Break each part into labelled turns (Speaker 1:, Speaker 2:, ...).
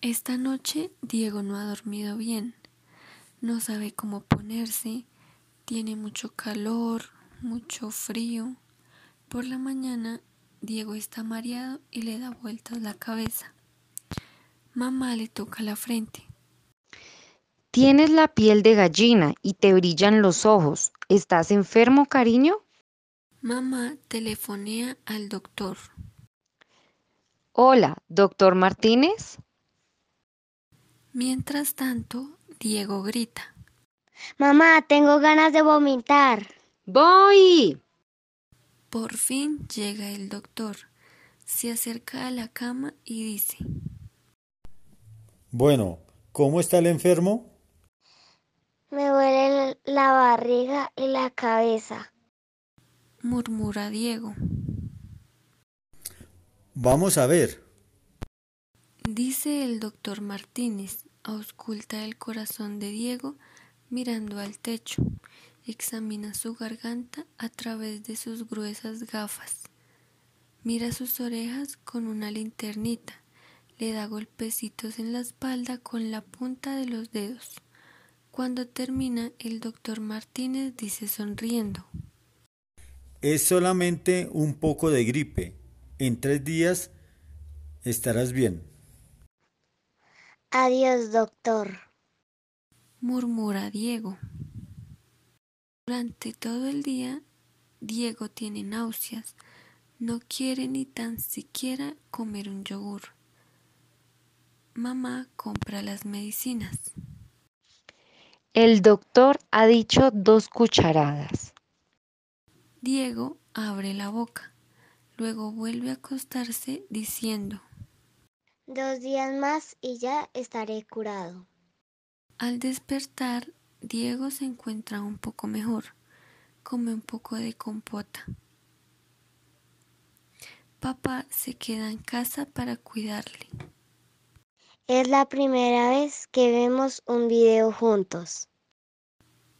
Speaker 1: Esta noche Diego no ha dormido bien, no sabe cómo ponerse, tiene mucho calor, mucho frío. Por la mañana Diego está mareado y le da vueltas la cabeza. Mamá le toca la frente.
Speaker 2: Tienes la piel de gallina y te brillan los ojos. ¿Estás enfermo, cariño?
Speaker 1: Mamá telefonea al doctor.
Speaker 2: Hola, doctor Martínez.
Speaker 1: Mientras tanto, Diego grita.
Speaker 3: Mamá, tengo ganas de vomitar.
Speaker 2: Voy.
Speaker 1: Por fin llega el doctor. Se acerca a la cama y dice,
Speaker 4: Bueno, ¿cómo está el enfermo?
Speaker 3: Me duele la barriga y la cabeza.
Speaker 1: murmura Diego.
Speaker 4: Vamos a ver.
Speaker 1: Dice el doctor Martínez, ausculta el corazón de Diego mirando al techo, examina su garganta a través de sus gruesas gafas, mira sus orejas con una linternita, le da golpecitos en la espalda con la punta de los dedos. Cuando termina, el doctor Martínez dice sonriendo,
Speaker 4: Es solamente un poco de gripe. En tres días estarás bien.
Speaker 3: Adiós, doctor.
Speaker 1: murmura Diego. Durante todo el día, Diego tiene náuseas, no quiere ni tan siquiera comer un yogur. Mamá compra las medicinas.
Speaker 2: El doctor ha dicho dos cucharadas.
Speaker 1: Diego abre la boca, luego vuelve a acostarse diciendo,
Speaker 3: Dos días más y ya estaré curado.
Speaker 1: al despertar, Diego se encuentra un poco mejor, come un poco de compota. Papá se queda en casa para cuidarle.
Speaker 3: Es la primera vez que vemos un video juntos.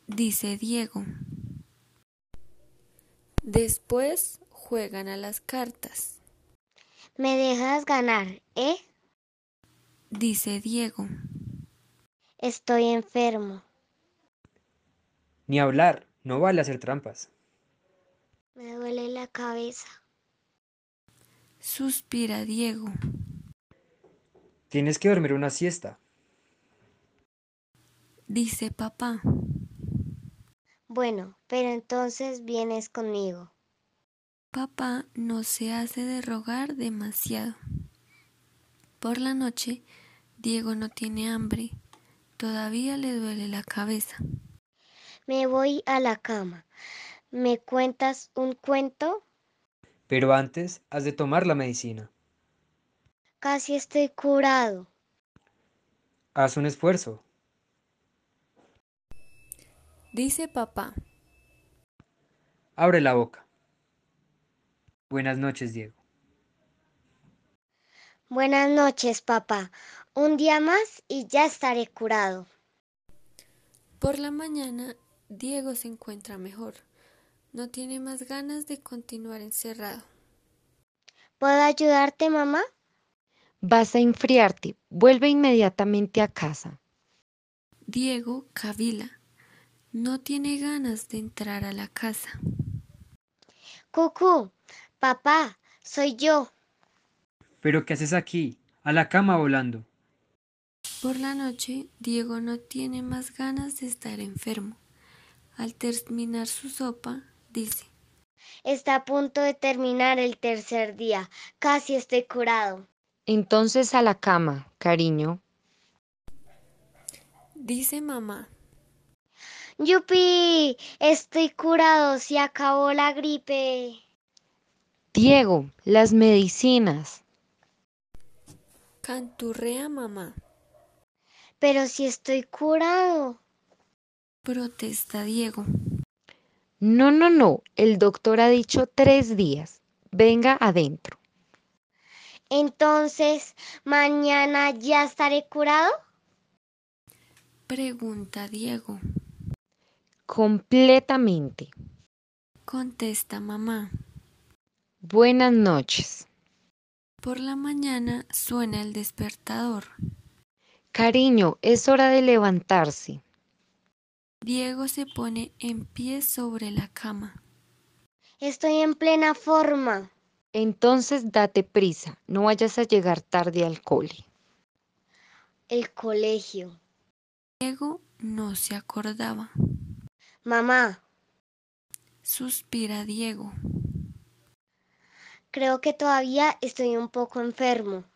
Speaker 1: dice Diego. Después juegan a las cartas,
Speaker 3: Me dejas ganar, ¿eh?
Speaker 1: dice Diego.
Speaker 3: Estoy enfermo.
Speaker 5: Ni hablar, no vale hacer trampas.
Speaker 3: Me duele la cabeza.
Speaker 1: Suspira Diego,
Speaker 5: Tienes que dormir una siesta.
Speaker 1: dice papá,
Speaker 3: Bueno, pero entonces vienes conmigo.
Speaker 1: Papá no se hace de rogar demasiado. Por la noche, Diego no tiene hambre, todavía le duele la cabeza.
Speaker 3: Me voy a la cama. ¿Me cuentas un cuento?
Speaker 5: Pero antes has de tomar la medicina.
Speaker 3: Casi estoy curado.
Speaker 5: Haz un esfuerzo.
Speaker 1: Dice papá,
Speaker 5: Abre la boca. Buenas noches, Diego.
Speaker 3: Buenas noches, papá. Un día más y ya estaré curado.
Speaker 1: Por la mañana, Diego se encuentra mejor. No tiene más ganas de continuar encerrado.
Speaker 3: ¿Puedo ayudarte, mamá?
Speaker 2: Vas a enfriarte. Vuelve inmediatamente a casa.
Speaker 1: Diego cavila. No tiene ganas de entrar a la casa.
Speaker 3: Cucú, papá, soy yo.
Speaker 5: ¿Pero qué haces aquí? A la cama volando.
Speaker 1: Por la noche, Diego no tiene más ganas de estar enfermo. Al terminar su sopa, dice,
Speaker 3: Está a punto de terminar el tercer día. Casi estoy curado.
Speaker 2: Entonces a la cama, cariño.
Speaker 1: dice mamá,
Speaker 3: ¡Yupi! Estoy curado. Se acabó la gripe.
Speaker 2: Diego, las medicinas.
Speaker 1: canturrea mamá,
Speaker 3: Pero si estoy curado.
Speaker 1: protesta Diego,
Speaker 2: No, no, no. El doctor ha dicho tres días. Venga adentro.
Speaker 3: Entonces, ¿mañana ya estaré curado?
Speaker 1: pregunta Diego,
Speaker 2: Completamente.
Speaker 1: contesta mamá.
Speaker 2: Buenas noches.
Speaker 1: Por la mañana suena el despertador.
Speaker 2: Cariño, es hora de levantarse.
Speaker 1: Diego se pone en pie sobre la cama.
Speaker 3: Estoy en plena forma.
Speaker 2: Entonces date prisa, no vayas a llegar tarde al cole.
Speaker 3: El colegio.
Speaker 1: Diego no se acordaba.
Speaker 3: Mamá,
Speaker 1: Suspira Diego.
Speaker 3: creo que todavía estoy un poco enfermo.